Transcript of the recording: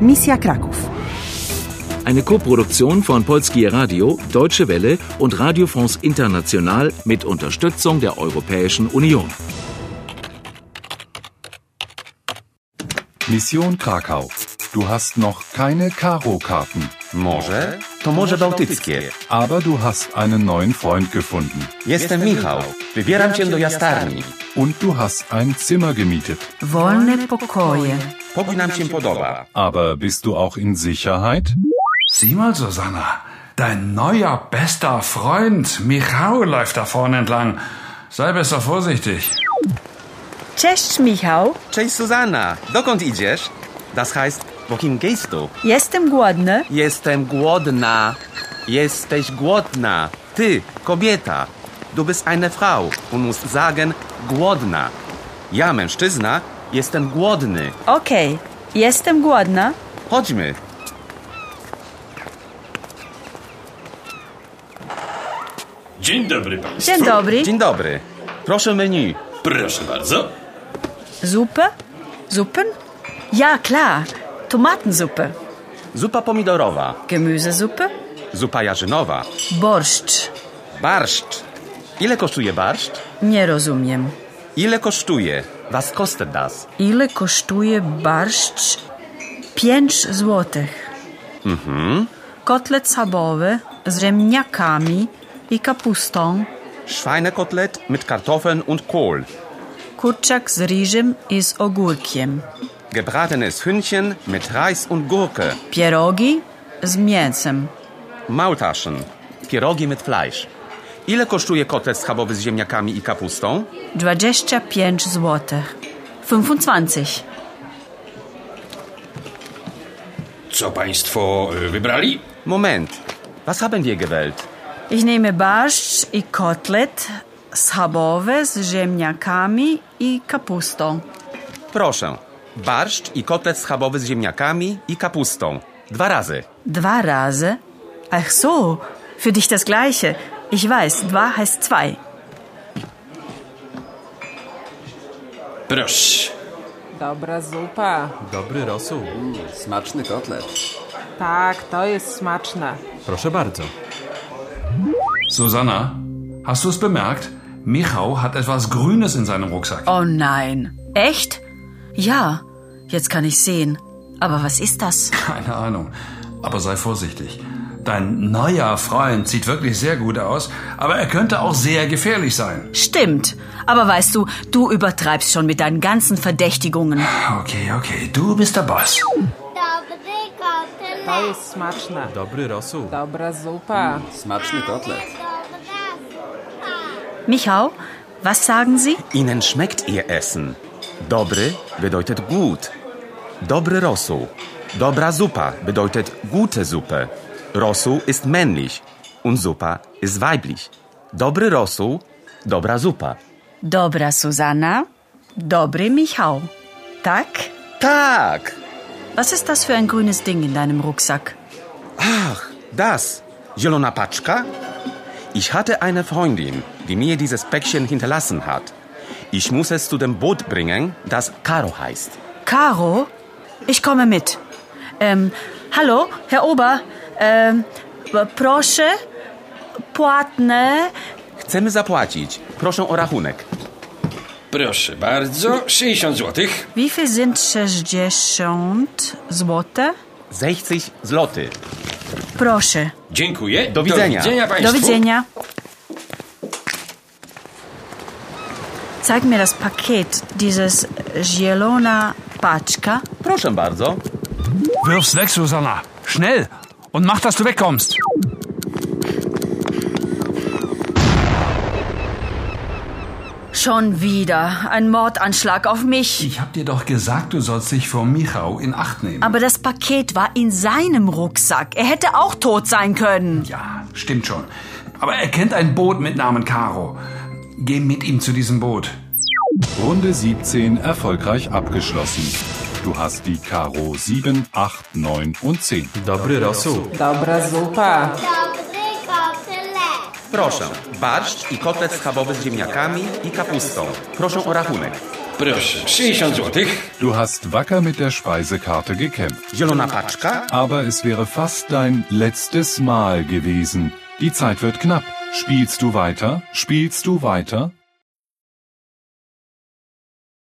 Misja Kraków. Eine Koproduktion von Polskie Radio, Deutsche Welle und Radio France International mit Unterstützung der Europäischen Union. Mission Krakau. Du hast noch keine Karo-Karten, Morze? To Morze Bałtyckie. aber du hast einen neuen Freund gefunden. Jestem Michał. Wybieram cię do jastarni. Und du hast ein Zimmer gemietet. Wolne pokoje. Pokój nam się podoba. Aber bist du auch in Sicherheit? Sieh mal, Susanna, dein neuer bester Freund Michał läuft da vorne entlang. Sei besser vorsichtig. Cześć, Michał. Cześć Suzana, dokąd idziesz? Das heißt, wohin gehst du? Jestem głodny. Jestem głodna. Jesteś głodna. Ty, kobieta. Du bist eine Frau und musst sagen głodna. Ja, mężczyzna, jestem głodny. Okej, jestem głodna. Chodźmy. Dzień dobry Państwu. Dzień dobry. Dzień dobry. Proszę menu. Proszę bardzo. Zupę? Suppen? Ja, klar. Tomatensuppe. Zupa pomidorowa, Gemüsesuppe? zupa jarzynowa, Borszcz. barszcz. Ile kosztuje barszcz? Nie rozumiem. Ile kosztuje? Was kostet das? Ile kosztuje barszcz? 5 złotych. Mhm. Kotlet sabowy z remniakami i kapustą, Schweinekotelett mit Kartoffeln und Kohl. kurczak z ryżem i z ogórkiem, Gebratenes Hühnchen mit Reis und Gurke. pierogi z mięsem, Maultaschen. Pierogi mit Fleisch. Ile kosztuje kotlet schabowy z ziemniakami i kapustą? 25 złotych. 25. Co Państwo y, wybrali? Moment. Was haben wir gewählt? Ich nehme barszcz i kotlet schabowy z ziemniakami i kapustą. Proszę. Barszcz i kotlet schabowy z ziemniakami i kapustą. Dwa razy. Dwa razy? Ach so, für dich das gleiche. Ich weiß, dwa heißt zwei. Proszę. Dobra zupa. Dobry rosół. Mm, Smaczny kotlet. Tak, to jest smaczne. Proszę bardzo. Susanna, hast du es bemerkt? Michał hat etwas Grünes in seinem Rucksack. Oh nein. Echt? Ja, jetzt kann ich sehen. Aber was ist das? Keine Ahnung, aber sei vorsichtig. Dein neuer Freund sieht wirklich sehr gut aus, aber er könnte auch sehr gefährlich sein. Stimmt. Aber weißt du, du übertreibst schon mit deinen ganzen Verdächtigungen. Okay, okay, du bist der Boss. To jest smaczne. Dobry rosół. Dobra zupa. Smaczny kotlet. Michał, was sagen Sie? Ihnen schmeckt ihr Essen. Dobry bedeutet gut. Dobry Rosół. Dobra Suppe bedeutet gute Suppe. Rosół ist männlich und Suppe ist weiblich. Dobry Rosół, dobra Suppe. Dobra Susanna, dobry Michał. Tak? Tak! Was ist das für ein grünes Ding in deinem Rucksack? Ach, das. Zielona Paczka? Ich hatte eine Freundin, die mir dieses Päckchen hinterlassen hat. Ich muss es zu dem Boot bringen, das Karo heißt. Caro, ich komme mit. Ähm, hallo, Herr Ober. Ähm, proszę, płatne. Chcemy zapłacić. Proszę o rachunek. Proszę bardzo. 60 zł. Wie viel sind 60 złote? 60 zloty. Proszę. Dziękuję. Do widzenia. Do widzenia Do Państwu. widzenia. Zeig mir das Paket, dieses zielona paczka. Proszę bardzo. Wirf's weg, Susanna. Schnell. Und mach, dass du wegkommst. Schon wieder ein Mordanschlag auf mich. Ich hab dir doch gesagt, du sollst dich vor Michał in Acht nehmen. Aber das Paket war in seinem Rucksack. Er hätte auch tot sein können. ja, stimmt schon. Aber er kennt ein Boot mit Namen Caro. Geh mit ihm zu diesem Boot. Runde 17 erfolgreich abgeschlossen. Du hast die Karo 7, 8, 9 und 10. Dobry rosół. Dobra zupa. Proszę, barszcz i kotlet schabowy z ziemniakami i kapustą. Proszę o rachunek. Proszę, 60 zł. Du hast wacker mit der Speisekarte gekämpft. Zielona paczka? Aber es wäre fast dein letztes Mal gewesen. Die Zeit wird knapp. Spielst du weiter? Spielst du weiter?